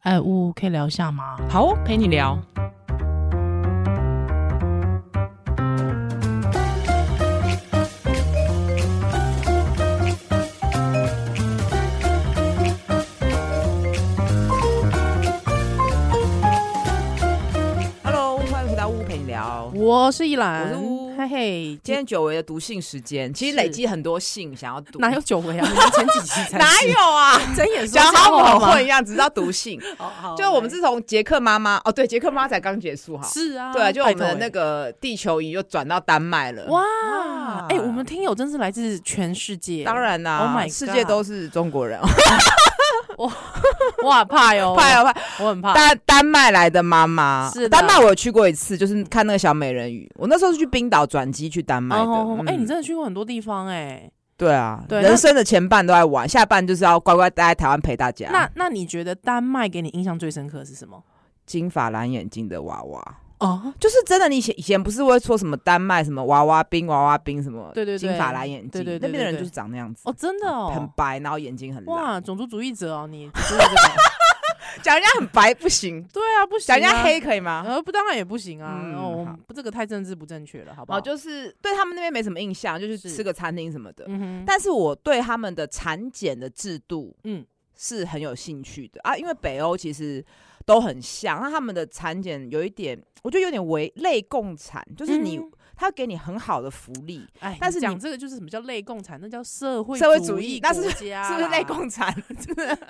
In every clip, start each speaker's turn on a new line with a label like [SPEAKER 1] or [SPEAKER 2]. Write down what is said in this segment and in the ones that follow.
[SPEAKER 1] 哎，呜，可以聊一下吗？
[SPEAKER 2] 好哦，陪你聊。Hello，欢迎回到屋陪你聊。
[SPEAKER 1] 我是依兰
[SPEAKER 2] 我是呜，
[SPEAKER 1] 嘿嘿，
[SPEAKER 2] 今天久违的读信时间，其实
[SPEAKER 1] 是
[SPEAKER 2] 累积很多信想要读，
[SPEAKER 1] 哪有 久违啊？我们前几期才
[SPEAKER 2] 哪有啊？
[SPEAKER 1] 睁眼说
[SPEAKER 2] 讲
[SPEAKER 1] 瞎
[SPEAKER 2] 好我
[SPEAKER 1] 话
[SPEAKER 2] 很
[SPEAKER 1] 吗哦
[SPEAKER 2] 混一样，只知道读信。
[SPEAKER 1] 好好
[SPEAKER 2] 就我们
[SPEAKER 1] 来
[SPEAKER 2] 自从杰克妈妈哦，对，杰克妈妈才刚结束哈，
[SPEAKER 1] 是啊，
[SPEAKER 2] 对，就我们
[SPEAKER 1] 拜
[SPEAKER 2] 的
[SPEAKER 1] 托
[SPEAKER 2] 那个地球仪又转到丹麦了。
[SPEAKER 1] 哎哇，
[SPEAKER 2] 哇
[SPEAKER 1] 哎，我们听友真是来自全世界，
[SPEAKER 2] 当然啦、
[SPEAKER 1] Oh my god 哦
[SPEAKER 2] 世界都是中国人，
[SPEAKER 1] 我很 怕哟，
[SPEAKER 2] 怕啊怕！
[SPEAKER 1] 我很怕。
[SPEAKER 2] 丹丹麦来的妈妈，
[SPEAKER 1] 是的
[SPEAKER 2] 丹麦我有去过一次，就是看那个小美人鱼。我那时候是去冰岛转机去丹麦的。
[SPEAKER 1] 哦，
[SPEAKER 2] 嗯
[SPEAKER 1] 哎，你真的去过很多地方哎。
[SPEAKER 2] 对啊，
[SPEAKER 1] 对那
[SPEAKER 2] 人生的前半都在玩，下半就是要乖乖待在台湾陪大家。
[SPEAKER 1] 那那你觉得丹麦给你印象最深刻的是什么？
[SPEAKER 2] 金发蓝眼睛的娃娃。
[SPEAKER 1] 哦，
[SPEAKER 2] 就是真的，你以前以前不是会说什么丹麦什么娃娃冰、娃娃冰什么，
[SPEAKER 1] 对对对
[SPEAKER 2] 金发蓝眼睛，
[SPEAKER 1] 对对对对
[SPEAKER 2] 那边的人
[SPEAKER 1] 对
[SPEAKER 2] 就是长那样子，
[SPEAKER 1] 哦，真的
[SPEAKER 2] 很
[SPEAKER 1] 哦，
[SPEAKER 2] 白，然后眼睛很蓝，
[SPEAKER 1] 哇，种族主义者哦，你 真的这个
[SPEAKER 2] 讲人家很白不行，
[SPEAKER 1] 对啊，不行
[SPEAKER 2] 讲
[SPEAKER 1] 啊，
[SPEAKER 2] 人家黑可以吗？
[SPEAKER 1] 呃，不当然也不行啊，
[SPEAKER 2] 嗯好
[SPEAKER 1] 哦，不，这个太政治不正确了，好不好？
[SPEAKER 2] 哦，就是对他们那边没什么印象，就是
[SPEAKER 1] 是
[SPEAKER 2] 吃个餐厅什么的。
[SPEAKER 1] 嗯哼，
[SPEAKER 2] 但是我对他们的产检的制度，嗯
[SPEAKER 1] 嗯，
[SPEAKER 2] 是很有兴趣的啊，因为北欧其实都很像，那他们的产检有一点，我觉得有点为类共产，就是你、
[SPEAKER 1] 嗯
[SPEAKER 2] 他给你很好的福利，
[SPEAKER 1] 哎，
[SPEAKER 2] 但是
[SPEAKER 1] 讲
[SPEAKER 2] 你
[SPEAKER 1] 这个就是什么叫类共产，那叫社会
[SPEAKER 2] 社会主
[SPEAKER 1] 主
[SPEAKER 2] 义那
[SPEAKER 1] 国家啦，
[SPEAKER 2] 是不是 类共产？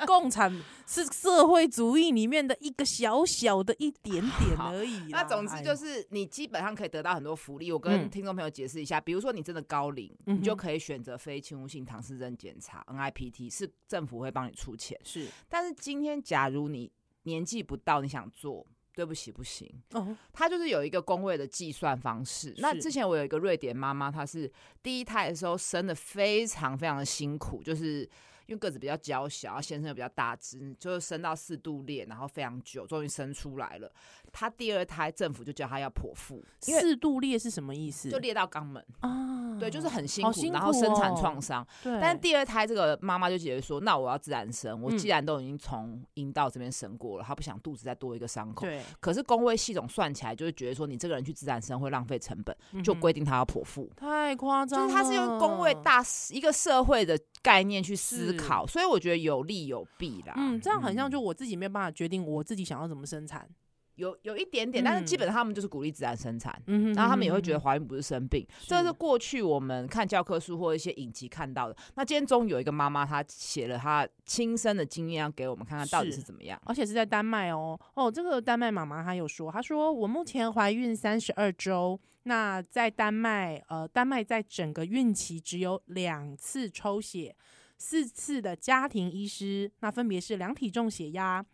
[SPEAKER 1] 共产是社会主义里面的一个小小的一点点
[SPEAKER 2] 好
[SPEAKER 1] 而已啦。
[SPEAKER 2] 那总之
[SPEAKER 1] 哎
[SPEAKER 2] 就
[SPEAKER 1] 呦，
[SPEAKER 2] 是你基本上可以得到很多福利。我跟
[SPEAKER 1] 嗯
[SPEAKER 2] 听众朋友解释一下，比如说你真的高龄，
[SPEAKER 1] 嗯哼
[SPEAKER 2] 你就可以选择非侵入性唐氏症检查 （NIPT），是政府会帮你出钱。
[SPEAKER 1] 是
[SPEAKER 2] 但是今天假如你年纪不到，你想做，对不起，不行。
[SPEAKER 1] 哦，
[SPEAKER 2] 它就是有一个工位的计算方式。那
[SPEAKER 1] 是
[SPEAKER 2] 之前我有一个瑞典妈妈，她是第一胎的时候生的非常非常的辛苦，就是。因为个子比较娇小，先生又比较大只，就是生到四度裂，然后非常久，终于生出来了。她第二胎政府就叫她要剖腹，因为
[SPEAKER 1] 四度裂是什么意思？
[SPEAKER 2] 就裂到肛门，
[SPEAKER 1] 啊，
[SPEAKER 2] 对，就是很辛
[SPEAKER 1] 好
[SPEAKER 2] 苦，
[SPEAKER 1] 辛
[SPEAKER 2] 然后
[SPEAKER 1] 苦
[SPEAKER 2] 生产
[SPEAKER 1] 哦
[SPEAKER 2] 创伤。
[SPEAKER 1] 对，
[SPEAKER 2] 但第二胎这个妈妈就解决说，那我要自然生，我
[SPEAKER 1] 嗯
[SPEAKER 2] 既然都已经从阴道这边生过了，她不想肚子再多一个伤口。
[SPEAKER 1] 对
[SPEAKER 2] 可是工位系统算起来，就是觉得说你这个人去自然生会浪费成本，就
[SPEAKER 1] 嗯哼哦
[SPEAKER 2] 规定她要剖腹。
[SPEAKER 1] 太夸
[SPEAKER 2] 就
[SPEAKER 1] 张了，
[SPEAKER 2] 是它是用工位大一个社会的概念去思考，所以我觉得有利有弊啦。
[SPEAKER 1] 嗯，这样很像就我自己没有办法决定我自己想要怎么生产，
[SPEAKER 2] 有有一点点，但是基本上他们就是鼓励自然生产。
[SPEAKER 1] 嗯哼，
[SPEAKER 2] 然后他们也会觉得
[SPEAKER 1] 嗯
[SPEAKER 2] 怀孕不是生病，
[SPEAKER 1] 是
[SPEAKER 2] 这是过去我们看教科书或一些影集看到的。那今天终于有一个妈妈，她写了她亲身的经验，要给我们看看到底
[SPEAKER 1] 是
[SPEAKER 2] 是怎么样。
[SPEAKER 1] 而且是在丹麦哦。哦，这个丹麦妈妈她有说，她说我目前怀孕三十二周，那在丹麦，呃，丹麦在整个孕期只有两次抽血，四次的家庭医师，那分别是量体重、血压。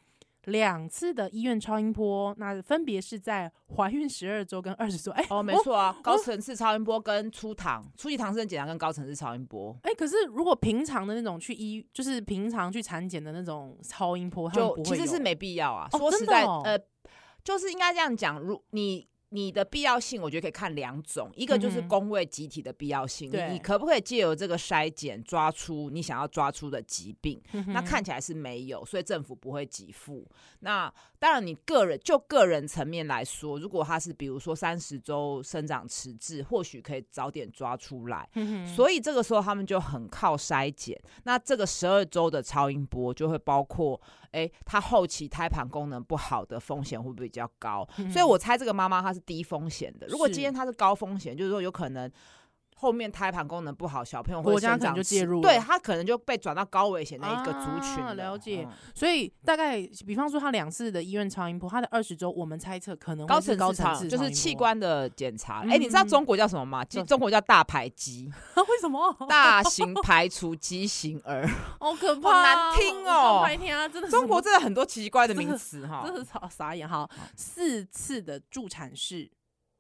[SPEAKER 1] 两次的医院超音波，那分别是在怀孕十二周跟二十周。哎、
[SPEAKER 2] 哦，没
[SPEAKER 1] 我。
[SPEAKER 2] 错啊，高层次超音波跟初糖、初级唐氏症检查跟高层次超音波，
[SPEAKER 1] 哎、可是如果平常的那种去医，就是平常去产检的那种超音波，他们
[SPEAKER 2] 就
[SPEAKER 1] 不会
[SPEAKER 2] 其实
[SPEAKER 1] 有
[SPEAKER 2] 是没必要啊。
[SPEAKER 1] 哦
[SPEAKER 2] 说
[SPEAKER 1] 真
[SPEAKER 2] 实
[SPEAKER 1] 的
[SPEAKER 2] 在，
[SPEAKER 1] 哦
[SPEAKER 2] 呃，就是应该这样讲，如你。你的必要性，我觉得可以看两种，一个就是
[SPEAKER 1] 嗯哼
[SPEAKER 2] 工位集体的必要性，你
[SPEAKER 1] 对
[SPEAKER 2] 你可不可以借由这个筛检抓出你想要抓出的疾病？
[SPEAKER 1] 嗯哼
[SPEAKER 2] 那看起来是没有，所以政府不会给付。那当然，你个人就个人层面来说，如果他是比如说三十周生长迟滞，或许可以早点抓出来。
[SPEAKER 1] 嗯哼
[SPEAKER 2] 所以这个时候他们就很靠筛检。那这个十二周的超音波就会包括，诶，他后期胎盘功能不好的风险会不会比较高？
[SPEAKER 1] 嗯
[SPEAKER 2] 所以我猜这个妈妈她是低风险的。如果
[SPEAKER 1] 是
[SPEAKER 2] 今天她是高风险，就是说有可能。后面胎盘功能不好，小朋友会
[SPEAKER 1] 国家
[SPEAKER 2] 生
[SPEAKER 1] 可能
[SPEAKER 2] 长
[SPEAKER 1] 就介
[SPEAKER 2] 迟
[SPEAKER 1] 入
[SPEAKER 2] 对
[SPEAKER 1] 了
[SPEAKER 2] 他可能就被转到高危险那一个族群、
[SPEAKER 1] 啊了解
[SPEAKER 2] 嗯
[SPEAKER 1] 所以大概，比方说他两次的医院超音波，他的二十周，我们猜测可能
[SPEAKER 2] 高
[SPEAKER 1] 会是
[SPEAKER 2] 层
[SPEAKER 1] 高
[SPEAKER 2] 次
[SPEAKER 1] 层
[SPEAKER 2] 超
[SPEAKER 1] 次
[SPEAKER 2] 就是
[SPEAKER 1] 超音
[SPEAKER 2] 器
[SPEAKER 1] 波。
[SPEAKER 2] 官的检查。哎、
[SPEAKER 1] 嗯
[SPEAKER 2] 你知道中国叫什么吗？其实中国叫大排畸，
[SPEAKER 1] 为什么？
[SPEAKER 2] 大型排除畸形儿。
[SPEAKER 1] 好可怕、啊
[SPEAKER 2] 好难听哦
[SPEAKER 1] 我刚才听啊，真 的是
[SPEAKER 2] 中国真的很多奇怪的名词哈
[SPEAKER 1] 真，的是好傻眼哈！四次的助产士，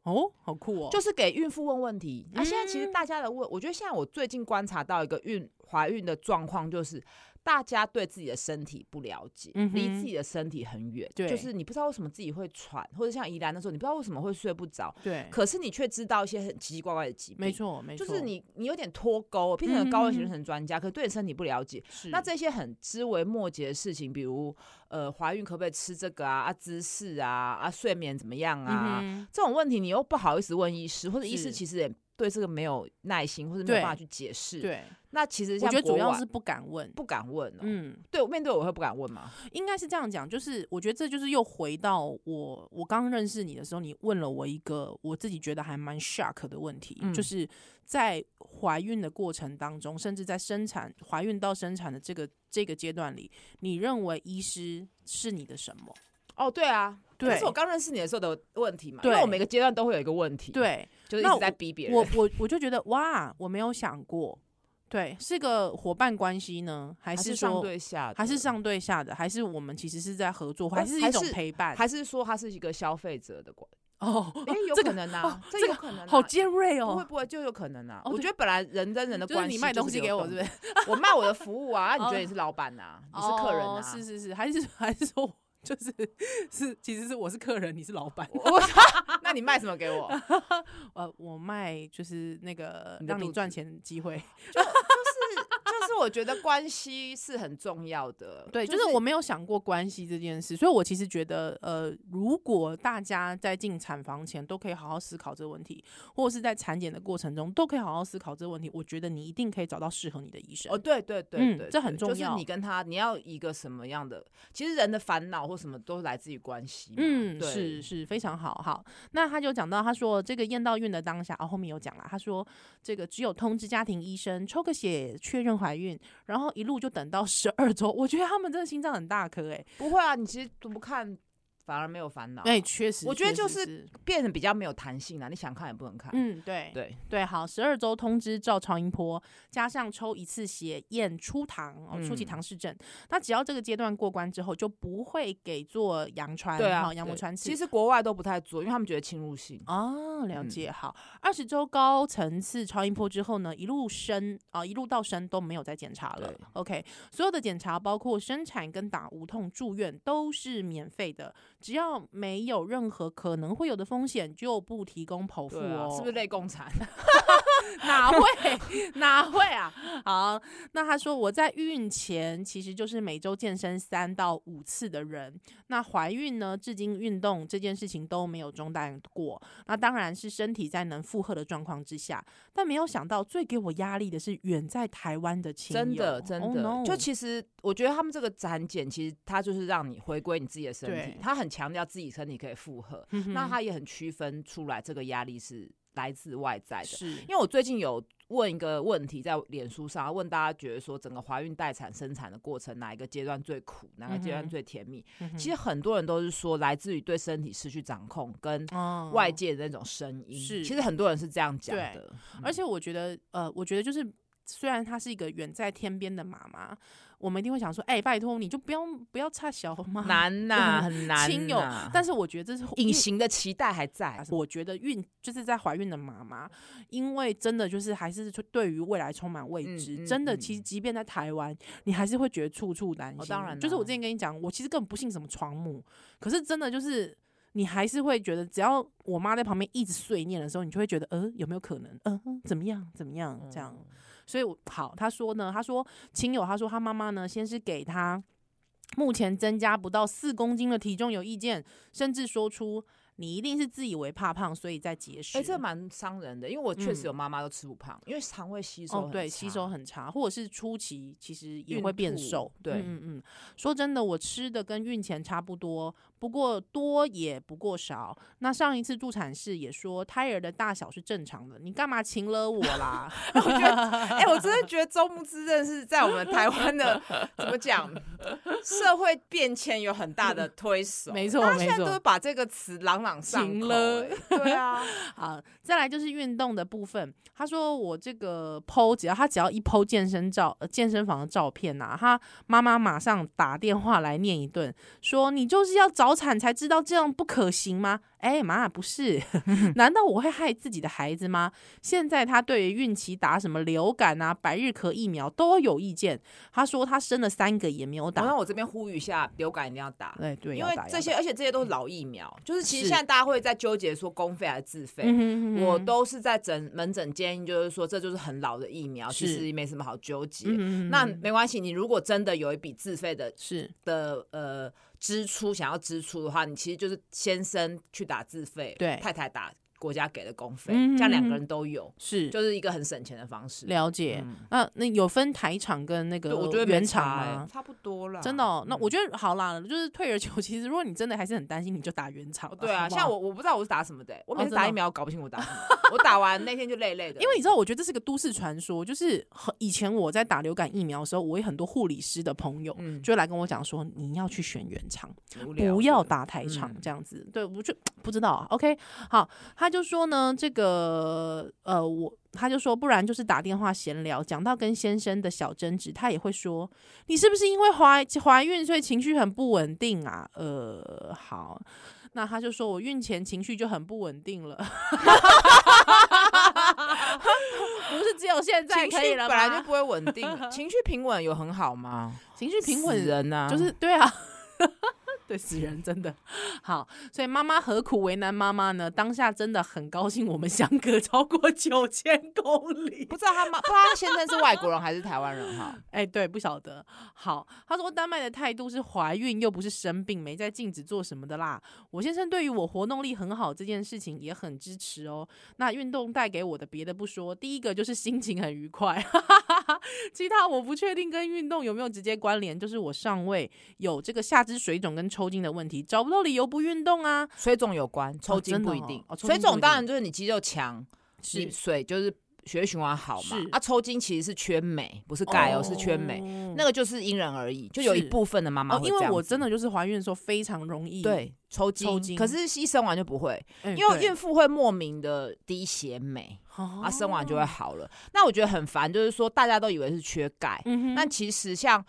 [SPEAKER 1] 哦，好酷哦！
[SPEAKER 2] 就是给孕妇问问题。啊那、
[SPEAKER 1] 嗯
[SPEAKER 2] 现在其实大家的问，我觉得现在我最近观察到一个孕怀孕的状况，就是大家对自己的身体不了解，
[SPEAKER 1] 嗯哼
[SPEAKER 2] 离自己的身体很远，
[SPEAKER 1] 对
[SPEAKER 2] 就是你不知道为什么自己会喘，或者像宜兰那时候，你不知道为什么会睡不着，
[SPEAKER 1] 对，
[SPEAKER 2] 可是你却知道一些很奇奇怪怪的疾病，
[SPEAKER 1] 没，错，没
[SPEAKER 2] 就
[SPEAKER 1] 错，
[SPEAKER 2] 是你你有点脱钩，变成了
[SPEAKER 1] 嗯
[SPEAKER 2] 高危
[SPEAKER 1] 哼
[SPEAKER 2] 险成专家，可对你身体不了解，
[SPEAKER 1] 是
[SPEAKER 2] 那这些很枝微末节的事情，比如呃怀孕可不可以吃这个啊啊姿势啊啊睡眠怎么样啊、
[SPEAKER 1] 嗯哼
[SPEAKER 2] 这种问题，你又不好意思问医师，或者医
[SPEAKER 1] 是
[SPEAKER 2] 师其实也对这个没有耐心，或者没有
[SPEAKER 1] 对
[SPEAKER 2] 办法去解释。
[SPEAKER 1] 对，
[SPEAKER 2] 那其实
[SPEAKER 1] 我
[SPEAKER 2] 像
[SPEAKER 1] 觉得
[SPEAKER 2] 国
[SPEAKER 1] 主要
[SPEAKER 2] 外
[SPEAKER 1] 是不敢问。
[SPEAKER 2] 不敢问哦、
[SPEAKER 1] 嗯，
[SPEAKER 2] 对，面对我会不敢问吗？
[SPEAKER 1] 应该是这样讲，就是我觉得这就是又回到我我刚认识你的时候，你问了我一个我自己觉得还蛮 shock 的问题，
[SPEAKER 2] 嗯
[SPEAKER 1] 就是在怀孕的过程当中，甚至在生产怀孕到生产的这个这个阶段里，你认为医师是你的什么？
[SPEAKER 2] 哦，对啊，
[SPEAKER 1] 对
[SPEAKER 2] 这是我刚认识你的时候的问题嘛，因为
[SPEAKER 1] 对
[SPEAKER 2] 我每个阶段都会有一个问题，，
[SPEAKER 1] 对
[SPEAKER 2] 就是一
[SPEAKER 1] 那
[SPEAKER 2] 直在逼别人。
[SPEAKER 1] 我我我就觉得哇，我没有想过，对，是个伙伴关系呢，还
[SPEAKER 2] 还
[SPEAKER 1] 是
[SPEAKER 2] 是上
[SPEAKER 1] 说
[SPEAKER 2] 对下的，哦
[SPEAKER 1] 还是上对下的，还是我们其实是在合作，还是一
[SPEAKER 2] 还
[SPEAKER 1] 种
[SPEAKER 2] 是
[SPEAKER 1] 陪伴？
[SPEAKER 2] 还是说他是一个消费者的关？
[SPEAKER 1] 哦，
[SPEAKER 2] 哎、有
[SPEAKER 1] 这
[SPEAKER 2] 可
[SPEAKER 1] 个
[SPEAKER 2] 能
[SPEAKER 1] 哦
[SPEAKER 2] 啊，
[SPEAKER 1] 这
[SPEAKER 2] 有
[SPEAKER 1] 个
[SPEAKER 2] 可能、啊，
[SPEAKER 1] 好尖锐
[SPEAKER 2] 不会
[SPEAKER 1] 哦。
[SPEAKER 2] 不会就有可能啊。
[SPEAKER 1] 哦
[SPEAKER 2] 我
[SPEAKER 1] 对
[SPEAKER 2] 觉得本来人跟人 的
[SPEAKER 1] 就是
[SPEAKER 2] 关系，
[SPEAKER 1] 你卖东西给我，是不是？？
[SPEAKER 2] 我卖我的服务 啊，啊你
[SPEAKER 1] 哦
[SPEAKER 2] 觉得你是老板呐、你是客人
[SPEAKER 1] 哦
[SPEAKER 2] 啊？
[SPEAKER 1] 是是是，还是还是说我 就是 是，其实是我是客人，你是老板。
[SPEAKER 2] 我那你卖什么给我？
[SPEAKER 1] 呃，我卖就是那个
[SPEAKER 2] 你的
[SPEAKER 1] 让
[SPEAKER 2] 肚
[SPEAKER 1] 你
[SPEAKER 2] 子
[SPEAKER 1] 赚钱机 会。
[SPEAKER 2] 就是我觉得关系是很重要的，
[SPEAKER 1] 对，就是我没有想过关系这件事，所以我其实觉得，呃，如果大家在进产房前都可以好好思考这个问题，或者是在产检的过程中都可以好好思考这个问题，我觉得你一定可以找到适合你的医生。
[SPEAKER 2] 哦，对对对对
[SPEAKER 1] 嗯
[SPEAKER 2] 对
[SPEAKER 1] 这很重
[SPEAKER 2] 就是
[SPEAKER 1] 要
[SPEAKER 2] 你跟他，你要一个什么样的？其实人的烦恼或什么都来自于关系嘛。
[SPEAKER 1] 嗯，
[SPEAKER 2] 对
[SPEAKER 1] 是是非常好。好，那他就讲到，他说这个验到孕的当下，哦，后面有讲了，他说这个只有通知家庭医生抽个血确认怀孕，然后一路就等到十二周。我觉得他们真的心脏很大颗、欸，
[SPEAKER 2] 不会啊，你其实不看反而没有烦恼，
[SPEAKER 1] 哎、确实，
[SPEAKER 2] 我觉得
[SPEAKER 1] 确
[SPEAKER 2] 就
[SPEAKER 1] 实
[SPEAKER 2] 是变得比较没有弹性啊。你想看也不能看，
[SPEAKER 1] 嗯，对
[SPEAKER 2] 对，
[SPEAKER 1] 对，好，十二周通知照超音波，加上抽一次血验出糖哦，初期
[SPEAKER 2] 嗯
[SPEAKER 1] 唐氏症。那只要这个阶段过关之后，就不会给做羊穿，
[SPEAKER 2] 对啊，
[SPEAKER 1] 好羊膜
[SPEAKER 2] 对
[SPEAKER 1] 穿刺。
[SPEAKER 2] 其实国外都不太做，因为他们觉得侵入性。
[SPEAKER 1] 哦，了
[SPEAKER 2] 嗯
[SPEAKER 1] 解。好，二十周高层次超音波之后呢，一路升啊、一路到升都没有再检查了
[SPEAKER 2] 对。
[SPEAKER 1] OK，所有的检查包括生产跟打无痛住院都是免费的，只要没有任何可能会有的风险，就不提供剖腹
[SPEAKER 2] 对啊
[SPEAKER 1] 哦。
[SPEAKER 2] 是不是类共产？
[SPEAKER 1] 哪会 哪会啊？好，那他说我在孕前其实就是每周健身三到五次的人，那怀孕呢，至今运动这件事情都没有中断过。那当然是身体在能负荷的状况之下，但没有想到最给我压力的是远在台湾的亲友，
[SPEAKER 2] 真的，真
[SPEAKER 1] Oh
[SPEAKER 2] 的
[SPEAKER 1] no
[SPEAKER 2] 就其实我觉得他们这个产检，其实它就是让你回归你自己的身体
[SPEAKER 1] 对，
[SPEAKER 2] 它很强调自己身体可以负荷，
[SPEAKER 1] 嗯哼
[SPEAKER 2] 那它也很区分出来这个压力是来自外在的。
[SPEAKER 1] 是
[SPEAKER 2] 因为我最近有问一个问题在脸书上，问大家觉得说整个怀孕、待产、生产的过程哪一个阶段最苦，哪个阶
[SPEAKER 1] 嗯
[SPEAKER 2] 段
[SPEAKER 1] 哼
[SPEAKER 2] 最甜蜜？
[SPEAKER 1] 嗯哼
[SPEAKER 2] 其实很多人都是说来自于对身体失去掌控跟
[SPEAKER 1] 哦
[SPEAKER 2] 外界的那种声音。
[SPEAKER 1] 是
[SPEAKER 2] 其实很多人是这样讲
[SPEAKER 1] 对
[SPEAKER 2] 的，嗯
[SPEAKER 1] 而且我觉得，呃，我觉得就是，虽然她是一个远在天边的妈妈，我们一定会想说，哎、拜托你就不要不要差小 妈
[SPEAKER 2] 难呐、很难、呐
[SPEAKER 1] 亲友，但是我觉得这是
[SPEAKER 2] 隐。形的期待还在。
[SPEAKER 1] 我觉得孕就是在怀孕的妈妈，因为真的就是还是就对于未来充满未知。
[SPEAKER 2] 嗯嗯
[SPEAKER 1] 真的，
[SPEAKER 2] 嗯
[SPEAKER 1] 其实即便在台湾，你还是会觉得处处担心。
[SPEAKER 2] 哦当然
[SPEAKER 1] 就是我
[SPEAKER 2] 啦
[SPEAKER 1] 之前跟你讲，我其实根本不信什么床母，可是真的就是你还是会觉得，只要我妈在旁边一直碎念的时候，你就会觉得，呃，有没有可能？嗯、嗯怎么样？怎么样？这
[SPEAKER 2] 嗯
[SPEAKER 1] 样。所以我好，他说呢，他说亲友，他说他妈妈呢，先是给他目前增加不到四公斤的体重有意见，甚至说出你一定是自以为怕胖，所以在节食。
[SPEAKER 2] 哎、这蛮伤人的，因为我确实有
[SPEAKER 1] 嗯
[SPEAKER 2] 妈妈都吃不胖，因为肠胃吸收
[SPEAKER 1] 哦
[SPEAKER 2] 很，
[SPEAKER 1] 对，吸
[SPEAKER 2] 差
[SPEAKER 1] 收很差，或者是初期其实也
[SPEAKER 2] 孕
[SPEAKER 1] 会变
[SPEAKER 2] 吐
[SPEAKER 1] 瘦。
[SPEAKER 2] 对
[SPEAKER 1] 嗯嗯嗯。说真的，我吃的跟孕前差不多，不过多也不过少。那上一次助产士也说胎儿的大小是正常的，你干嘛请了我啦？
[SPEAKER 2] 我觉得，哎、我真的觉得周牧之真的是在我们台湾的怎么讲，社会变迁有很大的推手。
[SPEAKER 1] 没错
[SPEAKER 2] 大家
[SPEAKER 1] 没
[SPEAKER 2] 现在
[SPEAKER 1] 错
[SPEAKER 2] 都会把这个词朗朗上
[SPEAKER 1] 行
[SPEAKER 2] 口、
[SPEAKER 1] 了
[SPEAKER 2] 哎 对啊，
[SPEAKER 1] 好，再来就是运动的部分。他说我这个剖，只要他只要一剖健身照、呃健身房的照片呐、他妈妈马上打电话来念一顿，说你就是要早产才知道这样不可行吗？哎妈，不是， 难道我会害自己的孩子吗？现在他对于孕期打什么流感啊、百日咳疫苗都有意见。他说他生了三个也没有
[SPEAKER 2] 好
[SPEAKER 1] 打。
[SPEAKER 2] 那我这边呼吁一下，流感一定要打。
[SPEAKER 1] 对对，
[SPEAKER 2] 哦因
[SPEAKER 1] 要
[SPEAKER 2] 为
[SPEAKER 1] 打嗯
[SPEAKER 2] 这，些，而且这些都是老疫苗，就是其实
[SPEAKER 1] 是
[SPEAKER 2] 现在大家会在纠结说公费还是自费，
[SPEAKER 1] 要打嗯哼嗯哼
[SPEAKER 2] 我都是在诊门诊建议，就是说这就是很老的疫苗，其
[SPEAKER 1] 是
[SPEAKER 2] 实没什么好纠结。
[SPEAKER 1] 嗯哼嗯哼
[SPEAKER 2] 那没关系，你如果真的有一笔自费的
[SPEAKER 1] 是
[SPEAKER 2] 的呃支出想要支出的话，你其实就是先生去打自费，
[SPEAKER 1] 对
[SPEAKER 2] 太太打国家给的公费，
[SPEAKER 1] 嗯
[SPEAKER 2] 这样两
[SPEAKER 1] 嗯
[SPEAKER 2] 个
[SPEAKER 1] 嗯
[SPEAKER 2] 人都有，
[SPEAKER 1] 是
[SPEAKER 2] 就是一个很省钱的方式。
[SPEAKER 1] 了解。
[SPEAKER 2] 嗯
[SPEAKER 1] 那那有分台场跟那个
[SPEAKER 2] 对，我觉得没
[SPEAKER 1] 原场
[SPEAKER 2] 差欸
[SPEAKER 1] 吗？
[SPEAKER 2] 差不多啦。
[SPEAKER 1] 真的、哦，那
[SPEAKER 2] 嗯
[SPEAKER 1] 我觉得好啦，就是退而求其次。如果你真的还是很担心，你就打原厂。
[SPEAKER 2] 对啊，
[SPEAKER 1] 好不好
[SPEAKER 2] 像我我不知道我是打什么的欸、我每
[SPEAKER 1] 哦
[SPEAKER 2] 次
[SPEAKER 1] 真
[SPEAKER 2] 打
[SPEAKER 1] 的
[SPEAKER 2] 疫苗搞不清 我打什么，我打完那天就累累的。
[SPEAKER 1] 因为你知道，我觉得这是个都市传说，就是很以前我在打流感疫苗的时候，我有很多护理师的朋友
[SPEAKER 2] 嗯
[SPEAKER 1] 就来跟我讲说，你要去选原厂，
[SPEAKER 2] 无聊
[SPEAKER 1] 不要
[SPEAKER 2] 的
[SPEAKER 1] 打台场
[SPEAKER 2] 嗯
[SPEAKER 1] 这样子。对，我就不知道、啊。OK，好，他就说呢，这个呃，我他就说，不然就是打电话闲聊，讲到跟先生的小争执，他也会说，你是不是因为怀怀孕所以情绪很不稳定啊？呃，好。那他就说我孕前情绪就很不稳定了， 不是只有现在
[SPEAKER 2] 情
[SPEAKER 1] 可
[SPEAKER 2] 绪
[SPEAKER 1] 以
[SPEAKER 2] 本
[SPEAKER 1] 了吗？
[SPEAKER 2] 来就不会稳 定，情绪平稳有很好吗？
[SPEAKER 1] 情绪平
[SPEAKER 2] 死
[SPEAKER 1] 稳
[SPEAKER 2] 人呐、
[SPEAKER 1] 就是对啊， 对死人真的好，所以妈妈何苦为难妈妈呢？当下真的很高兴，我们相隔超过九千公里。
[SPEAKER 2] 不知道他妈，不知道他先生是外国人还是台湾人 哈。
[SPEAKER 1] 哎，对，不晓得。好，他说丹麦的态度是怀孕又不是生病，没在禁止做什么的啦。我先生对于我活动力很好这件事情也很支持哦。那运动带给我的别的不说，第一个就是心情很愉快， 其他我不确定跟运动有没有直接关联，就是我上位有这个下肢水肿跟抽筋的问题，找不到理由不运动啊。
[SPEAKER 2] 水肿有关，抽筋
[SPEAKER 1] 真的
[SPEAKER 2] 不一
[SPEAKER 1] 哦
[SPEAKER 2] 定。
[SPEAKER 1] 哦抽
[SPEAKER 2] 水
[SPEAKER 1] 筋不
[SPEAKER 2] 肿
[SPEAKER 1] 一
[SPEAKER 2] 当
[SPEAKER 1] 定
[SPEAKER 2] 然就是你肌肉强，你水就是血液循环好嘛
[SPEAKER 1] 是。
[SPEAKER 2] 啊，抽筋其实是缺镁，不是钙哦，是缺镁。
[SPEAKER 1] 哦
[SPEAKER 2] 那个就是因人而异，就有一
[SPEAKER 1] 是
[SPEAKER 2] 部分的妈妈
[SPEAKER 1] 哦，
[SPEAKER 2] 会
[SPEAKER 1] 因
[SPEAKER 2] 这
[SPEAKER 1] 为
[SPEAKER 2] 样
[SPEAKER 1] 我
[SPEAKER 2] 子
[SPEAKER 1] 真的就是怀孕的时候非常容易，
[SPEAKER 2] 对嗯抽筋，
[SPEAKER 1] 抽筋
[SPEAKER 2] 可是一生完就不会，
[SPEAKER 1] 哎，
[SPEAKER 2] 因为
[SPEAKER 1] 对哦
[SPEAKER 2] 孕妇会莫名的低血镁，啊，生完就会，好了。那我觉得很烦，就是说大家都以为是缺钙，
[SPEAKER 1] 嗯哼
[SPEAKER 2] 那其实像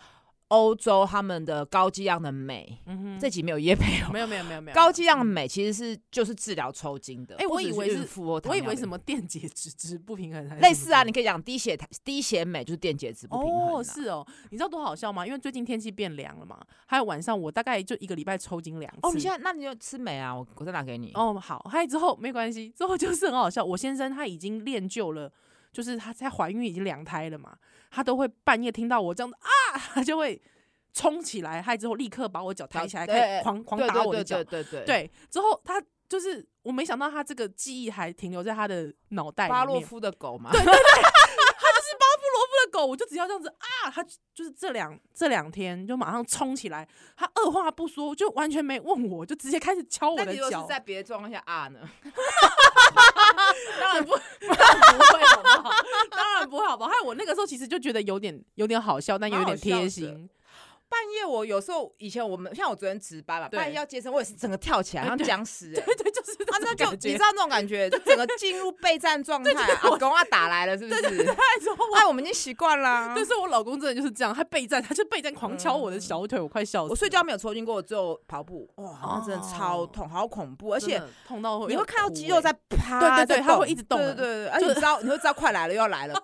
[SPEAKER 2] 欧洲他们的高剂量的镁，
[SPEAKER 1] 嗯哼
[SPEAKER 2] 这集没有叶培哦。
[SPEAKER 1] 没有没有没有没有
[SPEAKER 2] 高剂量的镁其实是就是治疗抽筋的。
[SPEAKER 1] 哎我
[SPEAKER 2] 不只
[SPEAKER 1] 以为
[SPEAKER 2] 孕
[SPEAKER 1] 是
[SPEAKER 2] 妇或糖
[SPEAKER 1] 我以
[SPEAKER 2] 尿
[SPEAKER 1] 为
[SPEAKER 2] 病
[SPEAKER 1] 什么电解质质不平衡还是
[SPEAKER 2] 类
[SPEAKER 1] 什
[SPEAKER 2] 似
[SPEAKER 1] 么之
[SPEAKER 2] 啊，你
[SPEAKER 1] 类
[SPEAKER 2] 可以讲低血糖、低血镁就是电解质不平衡、啊
[SPEAKER 1] 哦，。是哦，你知道多好笑吗？因为最近天气变凉了嘛，还有晚上我大概就一个礼拜抽筋两次。
[SPEAKER 2] 哦，你现在那你就吃镁啊，我我再拿给你。
[SPEAKER 1] 哦好，还有之后没关系，之后就是很好笑。我先生他已经练就了，就是他在怀孕已经两胎了嘛，他都会半夜听到我这样子啊， 他就会冲起来，还之后立刻把我脚抬起来，
[SPEAKER 2] 对
[SPEAKER 1] 开始狂狂
[SPEAKER 2] 对
[SPEAKER 1] 打
[SPEAKER 2] 对
[SPEAKER 1] 我的
[SPEAKER 2] 对
[SPEAKER 1] 脚
[SPEAKER 2] 对。对对，
[SPEAKER 1] 对，之后他就是我没想到他这个记忆还停留在他的脑袋里
[SPEAKER 2] 巴
[SPEAKER 1] 面。
[SPEAKER 2] 洛夫的狗嘛，
[SPEAKER 1] 这狗，我就只要这样子啊，它就就是这两这两天就马上冲起来，它二话不说就完全没问我，就直接开始敲我
[SPEAKER 2] 那
[SPEAKER 1] 的
[SPEAKER 2] 你如果
[SPEAKER 1] 脚
[SPEAKER 2] 是。在别的状况下啊呢？
[SPEAKER 1] 当 然不，当然不会好不好？当然不会好不好？还有我那个时候其实就觉得有点有点好笑，但有
[SPEAKER 2] 蛮好
[SPEAKER 1] 点贴
[SPEAKER 2] 笑的
[SPEAKER 1] 心。
[SPEAKER 2] 半夜我有时候以前我们像我昨天值班嘛，
[SPEAKER 1] 对
[SPEAKER 2] 半夜要接生，我也是整个跳起来，
[SPEAKER 1] 哎
[SPEAKER 2] 像
[SPEAKER 1] 对
[SPEAKER 2] 僵尸、欸。
[SPEAKER 1] 对 对，就是这种
[SPEAKER 2] 啊，那就
[SPEAKER 1] 感
[SPEAKER 2] 你
[SPEAKER 1] 觉
[SPEAKER 2] 知道那种感觉，就整个进入备战状态、啊，阿公啊打来了，是不是？
[SPEAKER 1] 那时候 我，
[SPEAKER 2] 哎，我们已经习惯啦。
[SPEAKER 1] 但是我老公真的就是这样，他备战，他就备战狂敲我的小嗯腿，我快笑死。
[SPEAKER 2] 我睡，觉没有抽筋过，我只有跑步，哇，那真的超
[SPEAKER 1] 哦
[SPEAKER 2] 痛，好恐怖，而
[SPEAKER 1] 而
[SPEAKER 2] 且
[SPEAKER 1] 痛到
[SPEAKER 2] 你
[SPEAKER 1] 要
[SPEAKER 2] 会看到
[SPEAKER 1] 哭
[SPEAKER 2] 肌肉
[SPEAKER 1] 欸
[SPEAKER 2] 在啪，
[SPEAKER 1] 对对
[SPEAKER 2] 在
[SPEAKER 1] 对它
[SPEAKER 2] 动
[SPEAKER 1] 会一直动
[SPEAKER 2] 对对对，而且你知道，你会知道快来了，又要来了，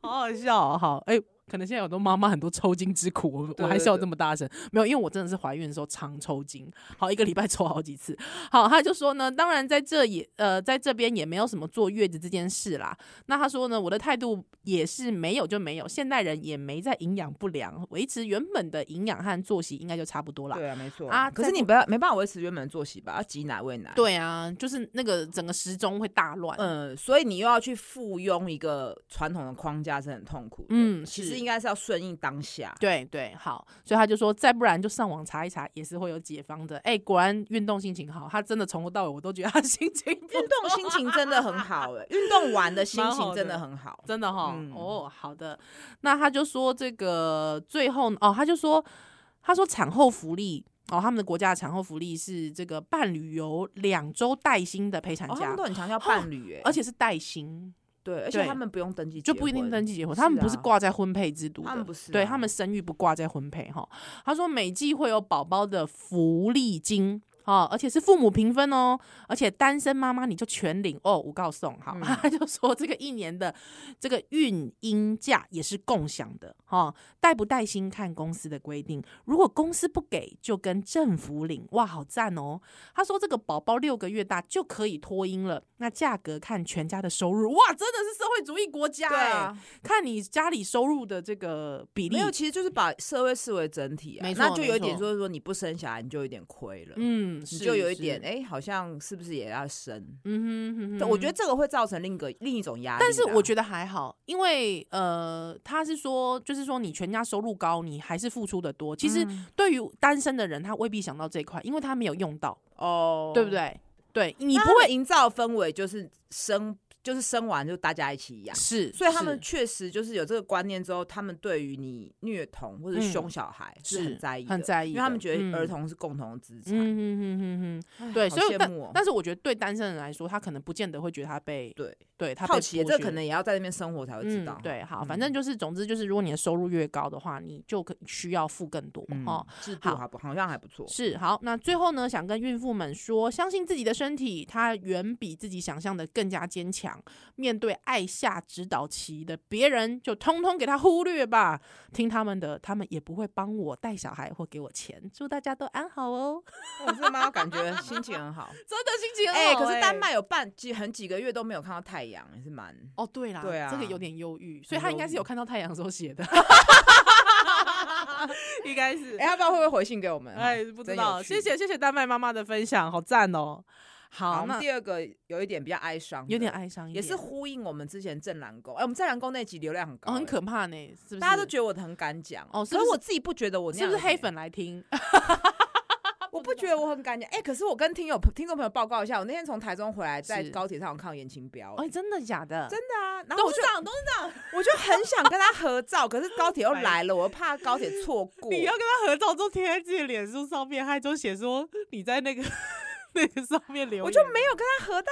[SPEAKER 1] 好好笑哦、好，哎、可能现在有很多妈妈很多抽筋之苦，我
[SPEAKER 2] 对
[SPEAKER 1] 我还
[SPEAKER 2] 对
[SPEAKER 1] 笑
[SPEAKER 2] 对
[SPEAKER 1] 这么大声，没有，因为我真的是怀孕的时候常抽筋，好一个礼拜抽好几次。好，他就说呢，当然在这也呃在这边也没有什么坐月子这件事啦。那他说呢，我的态度也是没有就没有，现代人也没在营养不良，维持原本的营养和作息应该就差不多啦。
[SPEAKER 2] 对啊，没错
[SPEAKER 1] 啊
[SPEAKER 2] 可是
[SPEAKER 1] 在
[SPEAKER 2] 你不要没办法维持原本的作息吧，要挤奶喂奶，，
[SPEAKER 1] 对啊，就是那个整个时钟会大乱。
[SPEAKER 2] 嗯，所以你又要去附庸一个传统的框架，是很痛苦的。
[SPEAKER 1] 嗯
[SPEAKER 2] 其
[SPEAKER 1] 是
[SPEAKER 2] 实应该是要顺应当下。
[SPEAKER 1] 对对，好，所以他就说，再不然就上网查一查，也是会有解方的。哎、果然运动心情好，他真的从头到尾我都觉得他 心情不
[SPEAKER 2] 运动心情真的很好哎、运动完的心情 真的很好。
[SPEAKER 1] 真的哈、
[SPEAKER 2] 嗯
[SPEAKER 1] 哦，好的，那他就说这个最后哦，他就说他说产后福利哦，他们的国家的产后福利是这个伴侣有两周带薪的陪产
[SPEAKER 2] 哦，他
[SPEAKER 1] 假，
[SPEAKER 2] 们都很强调伴侣哎、
[SPEAKER 1] 而且是带薪，
[SPEAKER 2] 对，而且
[SPEAKER 1] 对
[SPEAKER 2] 他们不用登记，
[SPEAKER 1] 就不一定登
[SPEAKER 2] 记。
[SPEAKER 1] 记结婚，
[SPEAKER 2] 是
[SPEAKER 1] 他们不是
[SPEAKER 2] 啊
[SPEAKER 1] 挂在婚配制度的，
[SPEAKER 2] 他们不是啊
[SPEAKER 1] 对他们生育不挂在婚配哈。他说每季会有宝宝的福利金，哦，而且是父母平分哦，而且单身妈妈你就全领哦，我告诉好，
[SPEAKER 2] 嗯
[SPEAKER 1] 他就说这个一年的这个孕婴假也是共享的哦，带不带薪看公司的规定，如果公司不给就跟政府领，哇，好赞哦！他说这个宝宝六个月大就可以脱婴了，那价格看全家的收入，哇，真的是社会主义国家
[SPEAKER 2] 对
[SPEAKER 1] 哎、
[SPEAKER 2] 啊，
[SPEAKER 1] 看你家里收入的这个比例
[SPEAKER 2] 没，有，其实就是把社会视为整体啊，
[SPEAKER 1] 没错
[SPEAKER 2] 那就有一点
[SPEAKER 1] 没错
[SPEAKER 2] 就是说你不生小孩你就有点亏了，
[SPEAKER 1] 嗯，
[SPEAKER 2] 你
[SPEAKER 1] 是
[SPEAKER 2] 就有一
[SPEAKER 1] 是
[SPEAKER 2] 点哎、好像是不是也要生？
[SPEAKER 1] 嗯哼哼
[SPEAKER 2] 对
[SPEAKER 1] 哼，
[SPEAKER 2] 我觉得这个会造成另一个另一种压力啦，
[SPEAKER 1] 但是我觉得还好，因为呃，他是说，就是说你全家收入高，你还是付出的多。其实
[SPEAKER 2] 嗯
[SPEAKER 1] 对于单身的人，他未必想到这一块，因为他没有用到，
[SPEAKER 2] 哦，
[SPEAKER 1] 对不？对？对你
[SPEAKER 2] 你
[SPEAKER 1] 不
[SPEAKER 2] 不会
[SPEAKER 1] 会
[SPEAKER 2] 营造氛围，就是生就是生完就大家一起养，
[SPEAKER 1] 是，
[SPEAKER 2] 所以他们
[SPEAKER 1] 是
[SPEAKER 2] 确实就是有这个观念之后，他们对于你虐童或者
[SPEAKER 1] 嗯
[SPEAKER 2] 凶小孩是很在意的，
[SPEAKER 1] 很在意的，
[SPEAKER 2] 因为他们觉
[SPEAKER 1] 嗯
[SPEAKER 2] 得儿。童是共同的资产。
[SPEAKER 1] 嗯哼哼哼
[SPEAKER 2] 唉
[SPEAKER 1] 哼，对，
[SPEAKER 2] 好
[SPEAKER 1] 所以
[SPEAKER 2] 羡
[SPEAKER 1] 但
[SPEAKER 2] 慕哦
[SPEAKER 1] 但是我觉得对单身人来说，他可能不见得会觉得他被
[SPEAKER 2] 对
[SPEAKER 1] 对他被
[SPEAKER 2] 好奇，
[SPEAKER 1] 剥
[SPEAKER 2] 这
[SPEAKER 1] 削
[SPEAKER 2] 可能也要在那边生活才会知
[SPEAKER 1] 嗯
[SPEAKER 2] 道。，
[SPEAKER 1] 对，好，
[SPEAKER 2] 嗯
[SPEAKER 1] 反正就是总之就是，如果你的收入越高的话，你就可需要付更多
[SPEAKER 2] 嗯，
[SPEAKER 1] 哦。
[SPEAKER 2] 制度
[SPEAKER 1] 好
[SPEAKER 2] 还不好像还不错。
[SPEAKER 1] 是好，那最后呢，想跟孕妇们说，相信自己的身体，它远比自己想象的更加坚强。面对爱下指导棋的别人，就通通给他忽略吧，听他们的，他们也不会帮我带小孩或给我钱。祝大家都安好哦，
[SPEAKER 2] 我这妈感觉心情很好。
[SPEAKER 1] 真的心情
[SPEAKER 2] 哎，
[SPEAKER 1] 很好、
[SPEAKER 2] 可是丹麦有半几很几个月都没有看到太阳，也是蛮。
[SPEAKER 1] 哦，对啦，
[SPEAKER 2] 对啊
[SPEAKER 1] 这个有点忧郁，所以
[SPEAKER 2] 很
[SPEAKER 1] 他应
[SPEAKER 2] 忧
[SPEAKER 1] 该是有
[SPEAKER 2] 郁
[SPEAKER 1] 看到太阳的时候写的， 应该是
[SPEAKER 2] 哎，他不知道会不会回信给我们？
[SPEAKER 1] 哎，
[SPEAKER 2] 哈
[SPEAKER 1] 不知
[SPEAKER 2] 真有
[SPEAKER 1] 道，
[SPEAKER 2] 趣
[SPEAKER 1] 谢谢谢谢丹麦妈妈的分享，好赞哦。
[SPEAKER 2] 好，
[SPEAKER 1] 好，
[SPEAKER 2] 我们
[SPEAKER 1] 那
[SPEAKER 2] 第二个有一点比较哀伤的，
[SPEAKER 1] 有点哀伤一
[SPEAKER 2] 也
[SPEAKER 1] 点，
[SPEAKER 2] 是呼应我们之前正蓝宫。哎，我们正蓝宫那集流量很高，
[SPEAKER 1] 哦，很
[SPEAKER 2] 哎
[SPEAKER 1] 可怕呢，是不是？
[SPEAKER 2] 大家都觉得我的很敢讲
[SPEAKER 1] 哦是
[SPEAKER 2] 可
[SPEAKER 1] 不
[SPEAKER 2] 是
[SPEAKER 1] 是
[SPEAKER 2] 我自己不觉得我那
[SPEAKER 1] 是不是
[SPEAKER 2] 样
[SPEAKER 1] 黑
[SPEAKER 2] 子啊
[SPEAKER 1] 粉来听？
[SPEAKER 2] 我不觉得我很敢讲，哎、可是我跟听友朋听众朋友报告一下，我那天从台中回来，在
[SPEAKER 1] 是
[SPEAKER 2] 高铁上我看到严清标、
[SPEAKER 1] 哎，真的假的？
[SPEAKER 2] 真的啊，然后
[SPEAKER 1] 董
[SPEAKER 2] 我
[SPEAKER 1] 事
[SPEAKER 2] 就
[SPEAKER 1] 长，董事长，
[SPEAKER 2] 我就很想跟他合照，可是高铁又 来了，我又怕高铁错过。
[SPEAKER 1] 你要跟他合照，之后贴在自己的脸书上面，还就写说你在那个 那个上面留言，
[SPEAKER 2] 我就没有跟他 合到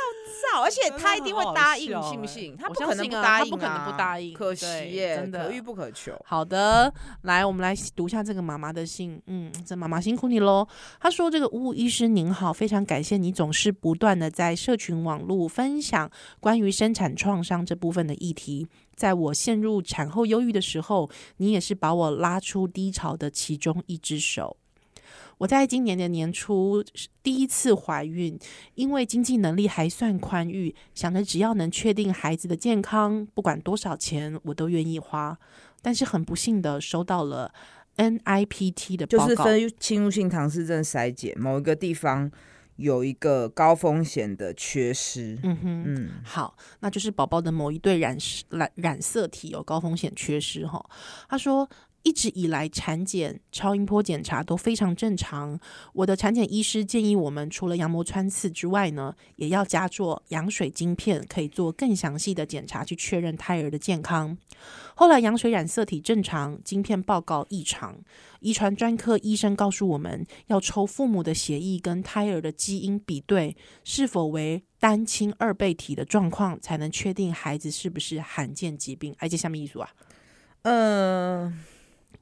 [SPEAKER 2] 照，而且他一定会答应
[SPEAKER 1] 真，的很好笑
[SPEAKER 2] 信不信？
[SPEAKER 1] 哎
[SPEAKER 2] 他
[SPEAKER 1] 我
[SPEAKER 2] 不
[SPEAKER 1] 相
[SPEAKER 2] 可能
[SPEAKER 1] 信
[SPEAKER 2] 不
[SPEAKER 1] 啊
[SPEAKER 2] 答应、
[SPEAKER 1] 他不可能不答应
[SPEAKER 2] 可
[SPEAKER 1] 对
[SPEAKER 2] 惜耶、
[SPEAKER 1] 真的
[SPEAKER 2] 可遇不可求。
[SPEAKER 1] 好的，来，我们来读一下这个妈妈的信。嗯，这妈妈辛苦你喽。她说：“这个吴医师您好，非常感谢你总是不断的在社群网络分享关于生产创伤这部分的议题。在我陷入产后忧郁的时候，你也是把我拉出低潮的其中一只手。”我在今年的年初第一次怀孕，因为经济能力还算宽裕，想着只要能确定孩子的健康，不管多少钱我都愿意花。但是很不幸的收到了 NIPT 的
[SPEAKER 2] 就
[SPEAKER 1] 报
[SPEAKER 2] 是
[SPEAKER 1] 告，
[SPEAKER 2] 分侵入性唐氏症筛检，某一个地方有一个高风险的缺失。
[SPEAKER 1] 嗯哼，
[SPEAKER 2] 嗯，
[SPEAKER 1] 好，那就是宝宝的某一对染色染染色体有高风险缺失哈。他说。一直以来，产检、超音波检查都非常正常。我的产检医师建议我们，除了羊膜穿刺之外呢，也要加做羊水晶片，可以做更详细的检查，去确认胎儿的健康。后来，羊水染色体正常，晶片报告异常。遗传专科医生告诉我们，要抽父母的血液跟胎儿的基因比对，是否为单亲二倍体的状况，才能确定孩子是不是罕见疾病？哎，这下面艺术啊，
[SPEAKER 2] 嗯、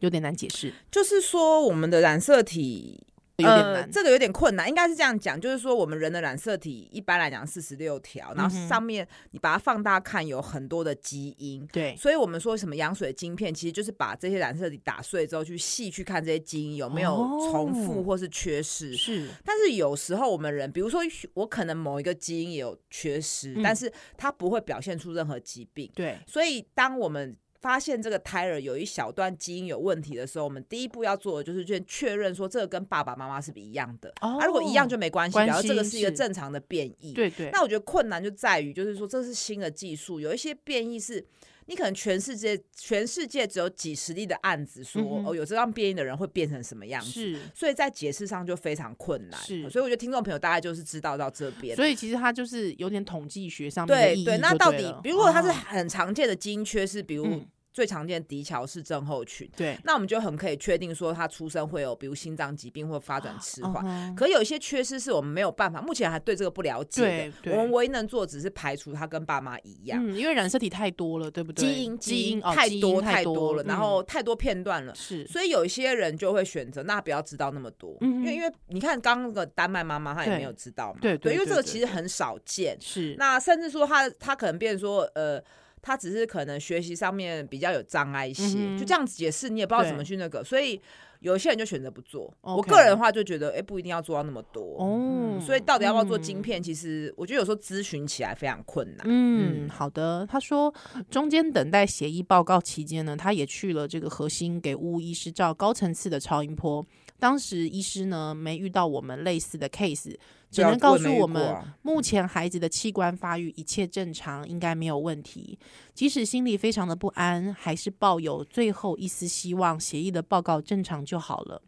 [SPEAKER 1] 有点难解释，
[SPEAKER 2] 就是说我们的染色体
[SPEAKER 1] 有点
[SPEAKER 2] 呃，
[SPEAKER 1] 难。
[SPEAKER 2] 这个有点困难，应该是这样讲，就是说我们人的染色体一般来讲四十六条，然
[SPEAKER 1] 嗯哼
[SPEAKER 2] 后上面你把它放大看，有很多的基因。
[SPEAKER 1] 对，
[SPEAKER 2] 所以我们说什么羊水晶片，其实就是把这些染色体打碎之后，去细去看这些基因有没有
[SPEAKER 1] 哦
[SPEAKER 2] 重复或是缺失。
[SPEAKER 1] 是
[SPEAKER 2] 但是有时候我们人，比如说我可能某一个基因也有缺失，
[SPEAKER 1] 嗯
[SPEAKER 2] 但是它不会表现出任何疾病。
[SPEAKER 1] 对，
[SPEAKER 2] 所以当我们发现这个胎儿有一小段基因有问题的时候，我们第一步要做的就是去确认说这个跟爸爸妈妈是不是一样的。
[SPEAKER 1] 哦
[SPEAKER 2] 啊，如果一样就没关系，
[SPEAKER 1] 关系
[SPEAKER 2] 然后这个是一个
[SPEAKER 1] 是
[SPEAKER 2] 正常的变异。，
[SPEAKER 1] 对对，
[SPEAKER 2] 那我觉得困难就在于，就是说这是新的技术，有一些变异是。你可能全世界全世界只有几十例的案子
[SPEAKER 1] 嗯
[SPEAKER 2] 说、
[SPEAKER 1] 哼
[SPEAKER 2] 哦，有这样变异的人会变成什么样子，
[SPEAKER 1] 是。
[SPEAKER 2] 所以在解释上就非常困难。
[SPEAKER 1] 是
[SPEAKER 2] 所以我觉得听众朋友大概就是知道到这边。
[SPEAKER 1] 所以其实它就是有点统计学上面的
[SPEAKER 2] 对
[SPEAKER 1] 意义就
[SPEAKER 2] 对，
[SPEAKER 1] 对
[SPEAKER 2] 那到底
[SPEAKER 1] 了
[SPEAKER 2] 如果它是
[SPEAKER 1] 哦
[SPEAKER 2] 很常见的基因缺失，比如
[SPEAKER 1] 嗯
[SPEAKER 2] 最常见的迪桥氏症候群。
[SPEAKER 1] 对，
[SPEAKER 2] 那我们就很可以确定说，他出生会有比如心脏疾病或发展迟缓。
[SPEAKER 1] 嗯哼
[SPEAKER 2] 可有一些缺失是我们没有办法，目前还对这个不了解
[SPEAKER 1] 对
[SPEAKER 2] 的。
[SPEAKER 1] 对
[SPEAKER 2] 我们唯一能做只是排除他跟爸妈一样，
[SPEAKER 1] 嗯，因为染色体太多了，对不对？
[SPEAKER 2] 啊基因
[SPEAKER 1] 基因哦
[SPEAKER 2] 太
[SPEAKER 1] 基因
[SPEAKER 2] 多
[SPEAKER 1] 太
[SPEAKER 2] 太多了，然
[SPEAKER 1] 嗯
[SPEAKER 2] 后太多片段了。
[SPEAKER 1] 是
[SPEAKER 2] 所以有一些人就会选择，那不要知道那么多，
[SPEAKER 1] 嗯哼
[SPEAKER 2] 因为因为你看刚刚那个丹麦妈妈，她也
[SPEAKER 1] 对
[SPEAKER 2] 没有知道嘛，
[SPEAKER 1] 对对
[SPEAKER 2] 因为
[SPEAKER 1] 对
[SPEAKER 2] 这个
[SPEAKER 1] 对
[SPEAKER 2] 其实很少见。
[SPEAKER 1] 是
[SPEAKER 2] 那甚至说她她可能变成说，呃，她只是可能学习上面比较有障碍一些，
[SPEAKER 1] 嗯哼
[SPEAKER 2] 就这样子解释，你也不知道
[SPEAKER 1] 对
[SPEAKER 2] 怎么去那个，所以有些人就选择不做。我
[SPEAKER 1] OK
[SPEAKER 2] 个人的话就觉得，哎、不一定要做到那么多。
[SPEAKER 1] 哦
[SPEAKER 2] 嗯所以到底要不要做晶片，其实我觉得有时候咨询起来非常困难。
[SPEAKER 1] 嗯，
[SPEAKER 2] 嗯
[SPEAKER 1] 好的。他说，中间等待协议报告期间呢，他也去了这个核心给巫医师照高层次的超音波。当时医师呢没遇到我们类似的 case，只
[SPEAKER 2] 啊
[SPEAKER 1] 能告诉我们，目前孩子的器官发育一切正常，应该没有问题。即使心里非常的不安，还是抱有最后一丝希望，协议的报告正常就好了。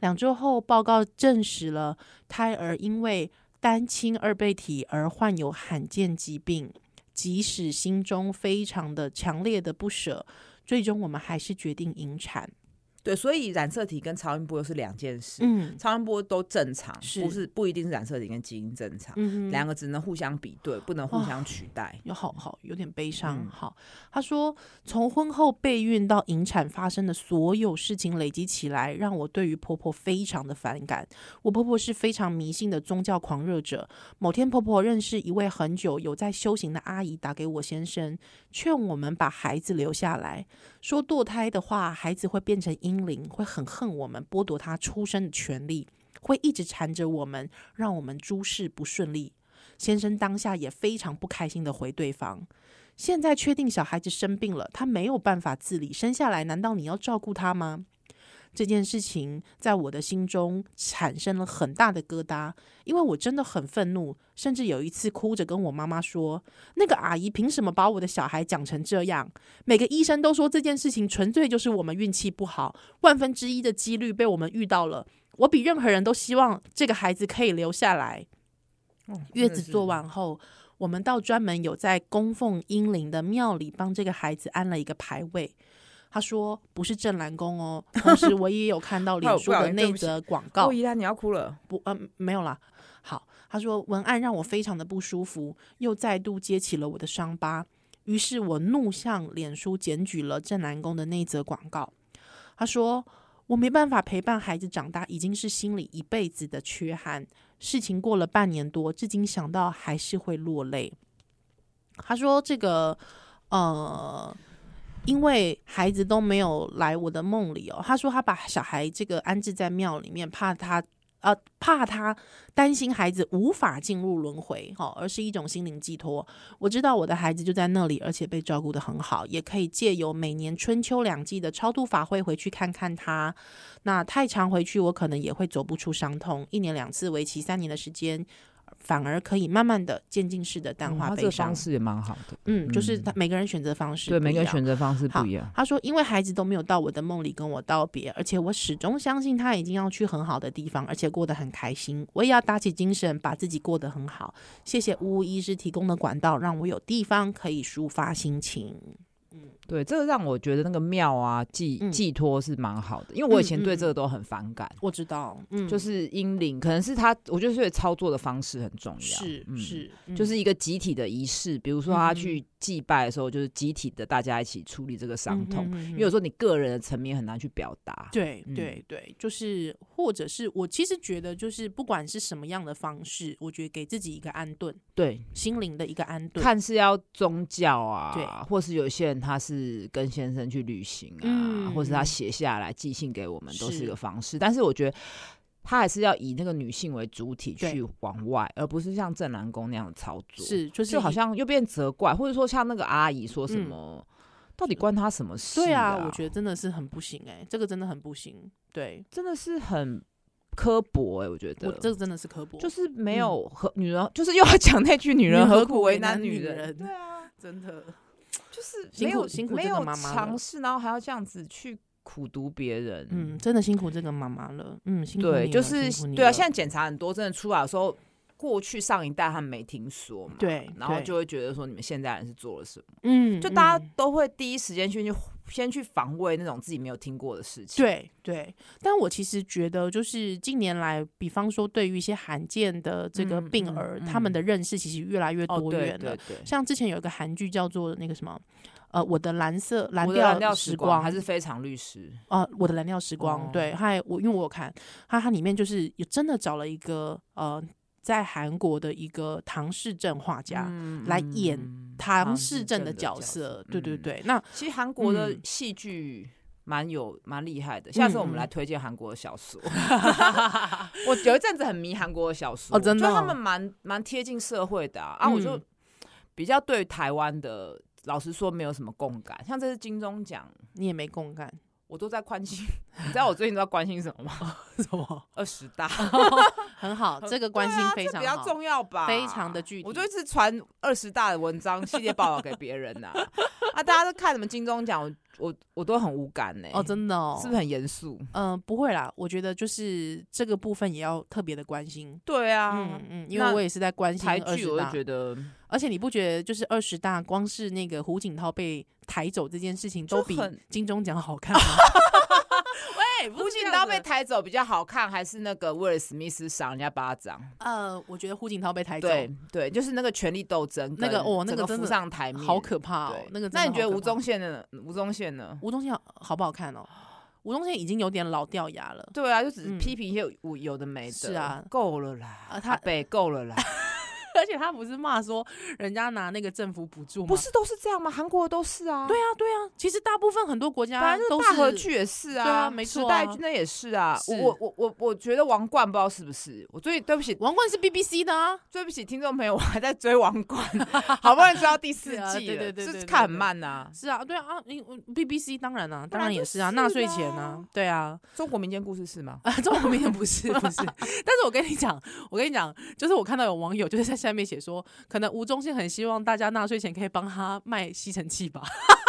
[SPEAKER 1] 两周后，报告证实了胎儿因为单亲二倍体而患有罕见疾病。即使心中非常的强烈的不舍，最终我们还是决定引产。
[SPEAKER 2] 对，所以染色体跟超音波又是两件事。
[SPEAKER 1] 嗯
[SPEAKER 2] 超音波都正常，
[SPEAKER 1] 是
[SPEAKER 2] 不是不一定是染色体跟基因正常，
[SPEAKER 1] 嗯
[SPEAKER 2] 两、个只能互相比对，不能互相取代。
[SPEAKER 1] 有好好有点悲伤。
[SPEAKER 2] 嗯
[SPEAKER 1] 好，他说从婚后备孕到引产发生的所有事情累积起来，让我对于婆婆非常的反感。我婆婆是非常迷信的宗教狂热者。某天，婆婆认识一位很久有在修行的阿姨，打给我先生，劝我们把孩子留下来，说堕胎的话，孩子会变成婴灵，会很恨我们，剥夺他出生的权利。会一直缠着我们，让我们诸事不顺利。先生当下也非常不开心的回对方：“现在确定小孩子生病了，他没有办法自理，生下来难道你要照顾他吗？”这件事情在我的心中产生了很大的疙瘩，因为我真的很愤怒，甚至有一次哭着跟我妈妈说：“那个阿姨凭什么把我的小孩讲成这样？每个医生都说这件事情纯粹就是我们运气不好，万分之一的几率被我们遇到了。我比任何人都希望这个孩子可以留下来。”月子做完后，我们到专门有在供奉英灵的庙里帮这个孩子安了一个牌位。他说不是正蓝宫哦，同时我也有看到
[SPEAKER 2] 不好
[SPEAKER 1] 脸
[SPEAKER 2] 意思
[SPEAKER 1] 书的
[SPEAKER 2] 对
[SPEAKER 1] 那
[SPEAKER 2] 不起
[SPEAKER 1] 则广告
[SPEAKER 2] 哦，，依兰你要哭了，
[SPEAKER 1] 不，呃，没有啦。好，他说文案让我非常的不舒服，又再度揭起了我的伤疤。于是我怒向脸书检举了正南宫的那则广告。他说我没办法陪伴孩子长大，已经是心里一辈子的缺憾。事情过了半年多，至今想到还是会落泪。他说这个，呃。因为孩子都没有来我的梦里哦，他说他把小孩这个安置在庙里面，怕他呃，怕他担心孩子无法进入轮回，哈、而是一种心灵寄托。我知道我的孩子就在那里，而且被照顾得很好，也可以借由每年春秋两季的超度法会回去看看他。那太常回去，我可能也会走不出伤痛。一年两次，为期三年的时间，反而可以慢慢的、渐进式的
[SPEAKER 2] 嗯
[SPEAKER 1] 淡化悲伤。
[SPEAKER 2] 式也蛮好的，
[SPEAKER 1] 嗯，就是他每个人选择方式不一样
[SPEAKER 2] 择方式
[SPEAKER 1] 不一
[SPEAKER 2] 样。
[SPEAKER 1] 他说：“因为孩子都没有到我的梦里跟我道别，而且我始终相信他已经要去很好的地方，而且过得很开心。我也要打起精神，把自己过得很好。谢谢呜呜医师提供的管道，让我有地方可以抒发心情。
[SPEAKER 2] 对，这个让我觉得那个庙啊寄
[SPEAKER 1] 嗯
[SPEAKER 2] 寄托是蛮好的，因为
[SPEAKER 1] 嗯
[SPEAKER 2] 我以前对
[SPEAKER 1] 嗯
[SPEAKER 2] 这个都很反感，
[SPEAKER 1] 我知道，嗯，
[SPEAKER 2] 就是阴灵，可能是他，我觉得所以操作的方式很重要，
[SPEAKER 1] 是
[SPEAKER 2] 嗯
[SPEAKER 1] 是，嗯
[SPEAKER 2] 就是一个集体的仪式，比如说
[SPEAKER 1] 嗯
[SPEAKER 2] 他
[SPEAKER 1] 哼
[SPEAKER 2] 去祭拜的时候，就是集体的大家一起处理这个伤痛，
[SPEAKER 1] 嗯哼嗯哼
[SPEAKER 2] 因为有时候你个人的层面很难去表达。
[SPEAKER 1] 对
[SPEAKER 2] 嗯
[SPEAKER 1] 对对，就是或者是我其实觉得，就是不管是什么样的方式，我觉得给自己一个安顿，
[SPEAKER 2] 对，
[SPEAKER 1] 心灵的一个安顿。
[SPEAKER 2] 看是要宗教
[SPEAKER 1] 对
[SPEAKER 2] 啊，或是有些人他是跟先生去旅行啊，
[SPEAKER 1] 嗯
[SPEAKER 2] 或是他写下来寄信给我们，都
[SPEAKER 1] 是
[SPEAKER 2] 是一个方式。但是我觉得。他还是要以那个女性为主体
[SPEAKER 1] 对
[SPEAKER 2] 去往外，而不是像正南宫那样的操作。，
[SPEAKER 1] 是，就是
[SPEAKER 2] 就好
[SPEAKER 1] 以
[SPEAKER 2] 像又变责怪，或者说像那个阿姨说什
[SPEAKER 1] 嗯
[SPEAKER 2] 么，到底关他什么事、
[SPEAKER 1] 对
[SPEAKER 2] 啊，
[SPEAKER 1] 我觉得真的是很不行哎、这个真的很不行。对，
[SPEAKER 2] 真的是很刻薄哎、我觉得
[SPEAKER 1] 我这个真的是刻薄，
[SPEAKER 2] 就是没
[SPEAKER 1] 嗯
[SPEAKER 2] 有和女人，就是又要讲那句女
[SPEAKER 1] 女
[SPEAKER 2] 人
[SPEAKER 1] 人
[SPEAKER 2] 何
[SPEAKER 1] 何苦
[SPEAKER 2] 苦
[SPEAKER 1] 为
[SPEAKER 2] 为
[SPEAKER 1] 难
[SPEAKER 2] 难
[SPEAKER 1] 女
[SPEAKER 2] 女
[SPEAKER 1] 人
[SPEAKER 2] 人？对啊，
[SPEAKER 1] 真的
[SPEAKER 2] 就是
[SPEAKER 1] 辛
[SPEAKER 2] 没
[SPEAKER 1] 苦
[SPEAKER 2] 有
[SPEAKER 1] 辛苦
[SPEAKER 2] 没
[SPEAKER 1] 这个
[SPEAKER 2] 有
[SPEAKER 1] 妈妈了
[SPEAKER 2] 尝试，然后还要这样子去苦读别人，
[SPEAKER 1] 嗯，真的辛苦这个妈妈了，嗯，辛苦
[SPEAKER 2] 对，
[SPEAKER 1] 你
[SPEAKER 2] 就
[SPEAKER 1] 了
[SPEAKER 2] 是
[SPEAKER 1] 辛苦你
[SPEAKER 2] 对啊，
[SPEAKER 1] 了
[SPEAKER 2] 现在检查很多，真的出来的时候。过去上一代他们没听说嘛，
[SPEAKER 1] 对
[SPEAKER 2] 然后
[SPEAKER 1] 对
[SPEAKER 2] 就会觉得说你们现在人是做了什么，
[SPEAKER 1] 嗯，
[SPEAKER 2] 就大家
[SPEAKER 1] 嗯
[SPEAKER 2] 都会第一时间去去先去防卫那种自己没有听过的事情。，
[SPEAKER 1] 对对，但我其实觉得，就是近年来，比方说对于一些罕见的这个
[SPEAKER 2] 嗯
[SPEAKER 1] 病
[SPEAKER 2] 嗯
[SPEAKER 1] 儿，他们的认识其实越来越
[SPEAKER 2] 哦，
[SPEAKER 1] 多
[SPEAKER 2] 对
[SPEAKER 1] 元了。
[SPEAKER 2] 对对，
[SPEAKER 1] 像之前有一个韩剧叫做那个什么，呃，我的蓝色蓝
[SPEAKER 2] 我的蓝
[SPEAKER 1] 调
[SPEAKER 2] 调
[SPEAKER 1] 时
[SPEAKER 2] 时
[SPEAKER 1] 光，
[SPEAKER 2] 还是非常律师，
[SPEAKER 1] 啊，我的蓝调时光，
[SPEAKER 2] 哦
[SPEAKER 1] 对，还我因为我有看，它它里面就是有真的找了一个呃，在韩国的一个唐氏症画家，
[SPEAKER 2] 嗯
[SPEAKER 1] 来演
[SPEAKER 2] 嗯
[SPEAKER 1] 唐氏症
[SPEAKER 2] 的
[SPEAKER 1] 角
[SPEAKER 2] 色，
[SPEAKER 1] 对对
[SPEAKER 2] 嗯。
[SPEAKER 1] 对，那
[SPEAKER 2] 其实韩国的
[SPEAKER 1] 嗯
[SPEAKER 2] 戏剧蛮有蛮厉害的，下次我们
[SPEAKER 1] 嗯
[SPEAKER 2] 来推荐韩国的小 说。我有一阵子很迷韩国的小说，
[SPEAKER 1] 哦真的
[SPEAKER 2] 就他
[SPEAKER 1] 哦
[SPEAKER 2] 们蛮蛮贴近社会的啊，啊我就
[SPEAKER 1] 嗯
[SPEAKER 2] 比较对台湾的，老实说没有什么共感。像这次金钟奖，
[SPEAKER 1] 你也没共感，
[SPEAKER 2] 我都在关心，你知道我最近都在关 心什么吗？
[SPEAKER 1] 什么？
[SPEAKER 2] 二十大，
[SPEAKER 1] 很好，这个 关心非
[SPEAKER 2] 这
[SPEAKER 1] 常
[SPEAKER 2] 比较
[SPEAKER 1] 好
[SPEAKER 2] 重要吧，
[SPEAKER 1] 非常的具体
[SPEAKER 2] 我就一直传二十大的文章系列报道给别人呐、啊，大家都看什么金钟奖，我我我都很无感欸呢、
[SPEAKER 1] 哦，真的哦，
[SPEAKER 2] 是不是很严肃？
[SPEAKER 1] 嗯、不会啦，我觉得就是这个部分也要特别的关心。
[SPEAKER 2] 对啊，
[SPEAKER 1] 嗯嗯，因为
[SPEAKER 2] 那
[SPEAKER 1] 我也是在关心
[SPEAKER 2] 台
[SPEAKER 1] 二
[SPEAKER 2] 剧
[SPEAKER 1] 十
[SPEAKER 2] 我就
[SPEAKER 1] 大，
[SPEAKER 2] 觉得
[SPEAKER 1] 而且你不觉得就是二十大，光是那个胡锦涛被抬走这件事情，
[SPEAKER 2] 就
[SPEAKER 1] 都比
[SPEAKER 2] 很
[SPEAKER 1] 金钟奖好看吗？ 喂，
[SPEAKER 2] 胡锦涛被抬走比较好看，还是那个威尔史密斯赏人家巴掌？
[SPEAKER 1] 呃，我觉得胡锦涛被抬走，
[SPEAKER 2] 对对，就是那个权力斗争，
[SPEAKER 1] 那个哦那个
[SPEAKER 2] 个
[SPEAKER 1] 真的
[SPEAKER 2] 浮上台面，
[SPEAKER 1] 好可怕哦
[SPEAKER 2] 对。
[SPEAKER 1] 那个真的
[SPEAKER 2] 那你觉得
[SPEAKER 1] 好可
[SPEAKER 2] 吴
[SPEAKER 1] 怕
[SPEAKER 2] 宗宪呢？吴宗宪呢？
[SPEAKER 1] 吴宗宪好不好看哦？吴宗宪已经有点老掉牙了。
[SPEAKER 2] 对啊，就只是
[SPEAKER 1] 嗯
[SPEAKER 2] 批评一些有有的没的，
[SPEAKER 1] 是啊
[SPEAKER 2] 够了啦，
[SPEAKER 1] 啊他
[SPEAKER 2] 他北够了 啦，
[SPEAKER 1] 而且他不是骂说人家拿那个政府补助吗？
[SPEAKER 2] 不，是都是这样吗？韩国都是啊，
[SPEAKER 1] 对啊，对啊。其实大部分很多国
[SPEAKER 2] 本
[SPEAKER 1] 家
[SPEAKER 2] 来就是
[SPEAKER 1] 都
[SPEAKER 2] 大合剧也是啊，
[SPEAKER 1] 对啊没错啊
[SPEAKER 2] 时代剧那也是啊。
[SPEAKER 1] 是
[SPEAKER 2] 我我我我觉得王冠不知道是不是，我最对不起
[SPEAKER 1] 王冠是 BBC 的啊，
[SPEAKER 2] 对不起听众朋友，我还在追王冠， 好不容易追到第四季
[SPEAKER 1] 是
[SPEAKER 2] 了，
[SPEAKER 1] 啊对对对对
[SPEAKER 2] 是
[SPEAKER 1] 对
[SPEAKER 2] 看很
[SPEAKER 1] 对
[SPEAKER 2] 慢啊。
[SPEAKER 1] 是啊，对啊啊你我，BBC 当然啊，当然也是啊，
[SPEAKER 2] 本来
[SPEAKER 1] 纳
[SPEAKER 2] 就是
[SPEAKER 1] 税钱啊
[SPEAKER 2] 啊，
[SPEAKER 1] 对啊，
[SPEAKER 2] 中国民间故事是吗？
[SPEAKER 1] 啊，中国民间不是不是， 但是我跟你讲，我跟你讲，就是我看到有网友就是在下面写说，可能吴宗宪很希望大家纳税钱可以帮他卖吸尘器吧，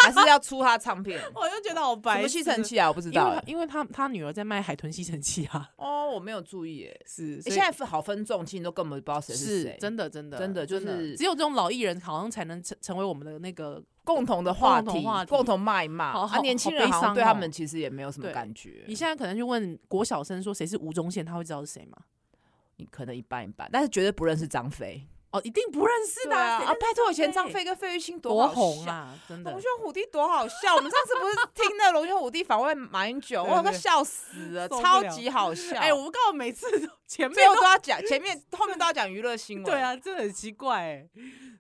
[SPEAKER 2] 还是要出他唱片？
[SPEAKER 1] 我就觉得好白
[SPEAKER 2] 什么吸尘，器啊？我不知
[SPEAKER 1] 因
[SPEAKER 2] 道
[SPEAKER 1] 为
[SPEAKER 2] 欸。
[SPEAKER 1] 因为他他女儿在卖海豚吸尘器啊，
[SPEAKER 2] 哦，我没有注意诶。
[SPEAKER 1] 是
[SPEAKER 2] 欸现在分好分众，其实都根本不知道谁
[SPEAKER 1] 是
[SPEAKER 2] 谁，
[SPEAKER 1] 真的真的
[SPEAKER 2] 真的就
[SPEAKER 1] 真的
[SPEAKER 2] 是
[SPEAKER 1] 只有这种老艺人好像才能成成为我们的那个
[SPEAKER 2] 共同的话
[SPEAKER 1] 共同
[SPEAKER 2] 题
[SPEAKER 1] 话，题
[SPEAKER 2] 共同骂一骂。
[SPEAKER 1] 好
[SPEAKER 2] 啊，
[SPEAKER 1] 好
[SPEAKER 2] 年
[SPEAKER 1] 好
[SPEAKER 2] 轻
[SPEAKER 1] 悲
[SPEAKER 2] 人好
[SPEAKER 1] 伤
[SPEAKER 2] 像对他
[SPEAKER 1] 哦
[SPEAKER 2] 们其实也没有什么
[SPEAKER 1] 对啊
[SPEAKER 2] 感觉
[SPEAKER 1] 你，现在可能去问国小生说谁是吴宗宪，他会知道是谁吗？
[SPEAKER 2] 你可能一半一半，但是绝对不认识张飞。
[SPEAKER 1] 哦，一定不认识
[SPEAKER 2] 对
[SPEAKER 1] 的
[SPEAKER 2] 啊，
[SPEAKER 1] 谁
[SPEAKER 2] 啊
[SPEAKER 1] 认识
[SPEAKER 2] 拜托，以前
[SPEAKER 1] 张
[SPEAKER 2] 张飞跟费玉清
[SPEAKER 1] 多
[SPEAKER 2] 好
[SPEAKER 1] 红
[SPEAKER 2] 笑！
[SPEAKER 1] 啊，真的
[SPEAKER 2] 龙。兄虎弟多好笑！我们上次不是听那龙兄虎弟访问马英 九，
[SPEAKER 1] 对对
[SPEAKER 2] 我快笑死了，
[SPEAKER 1] 受不
[SPEAKER 2] 超
[SPEAKER 1] 了
[SPEAKER 2] 级好笑！
[SPEAKER 1] 哎、我们刚好每次都 前面
[SPEAKER 2] 最后
[SPEAKER 1] 都
[SPEAKER 2] 都要讲，前面后面都要讲娱乐新闻，
[SPEAKER 1] 对，啊，这很奇怪哎、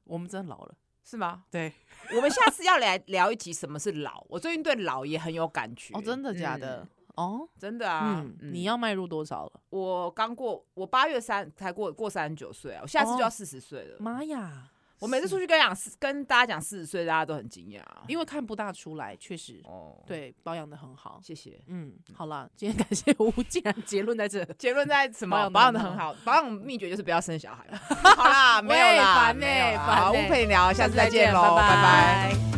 [SPEAKER 1] 我们真的老了，
[SPEAKER 2] 是吗？
[SPEAKER 1] 对，
[SPEAKER 2] 我们下次要来聊一集什么是老，我最近对老也很有感觉。
[SPEAKER 1] 哦，真的假的？
[SPEAKER 2] 嗯？
[SPEAKER 1] 哦，
[SPEAKER 2] 真的啊！
[SPEAKER 1] 嗯，
[SPEAKER 2] 嗯
[SPEAKER 1] 你要迈入多少了？
[SPEAKER 2] 我刚过，我八月三才过过三十九岁啊，我下次
[SPEAKER 1] 哦
[SPEAKER 2] 就要四十岁了。
[SPEAKER 1] 妈呀！
[SPEAKER 2] 我每次
[SPEAKER 1] 是
[SPEAKER 2] 出去跟讲跟大家讲四十岁，大家都很惊讶。
[SPEAKER 1] 因为看不大出来，确实
[SPEAKER 2] 哦，，
[SPEAKER 1] 对保养的很好。
[SPEAKER 2] 谢谢。
[SPEAKER 1] 嗯，好啦，今天感谢吴， 竟然结论在这。
[SPEAKER 2] 结论在什
[SPEAKER 1] 保
[SPEAKER 2] 么？
[SPEAKER 1] 养
[SPEAKER 2] 保养
[SPEAKER 1] 得
[SPEAKER 2] 的
[SPEAKER 1] 很
[SPEAKER 2] 很好，保养秘诀就是不要 生小孩。好啦，没有
[SPEAKER 1] 喂
[SPEAKER 2] 啦，
[SPEAKER 1] 烦
[SPEAKER 2] 没有
[SPEAKER 1] 欸
[SPEAKER 2] 啦
[SPEAKER 1] 烦
[SPEAKER 2] 好
[SPEAKER 1] 欸
[SPEAKER 2] 不陪你聊，下次再见喽，
[SPEAKER 1] 拜
[SPEAKER 2] 拜拜。
[SPEAKER 1] 拜